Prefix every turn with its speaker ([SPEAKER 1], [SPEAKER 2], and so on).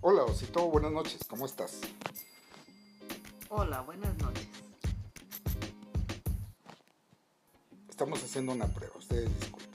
[SPEAKER 1] Hola Osito, buenas noches, ¿cómo estás?
[SPEAKER 2] Hola, buenas noches.
[SPEAKER 1] Estamos haciendo una prueba, ustedes disculpen.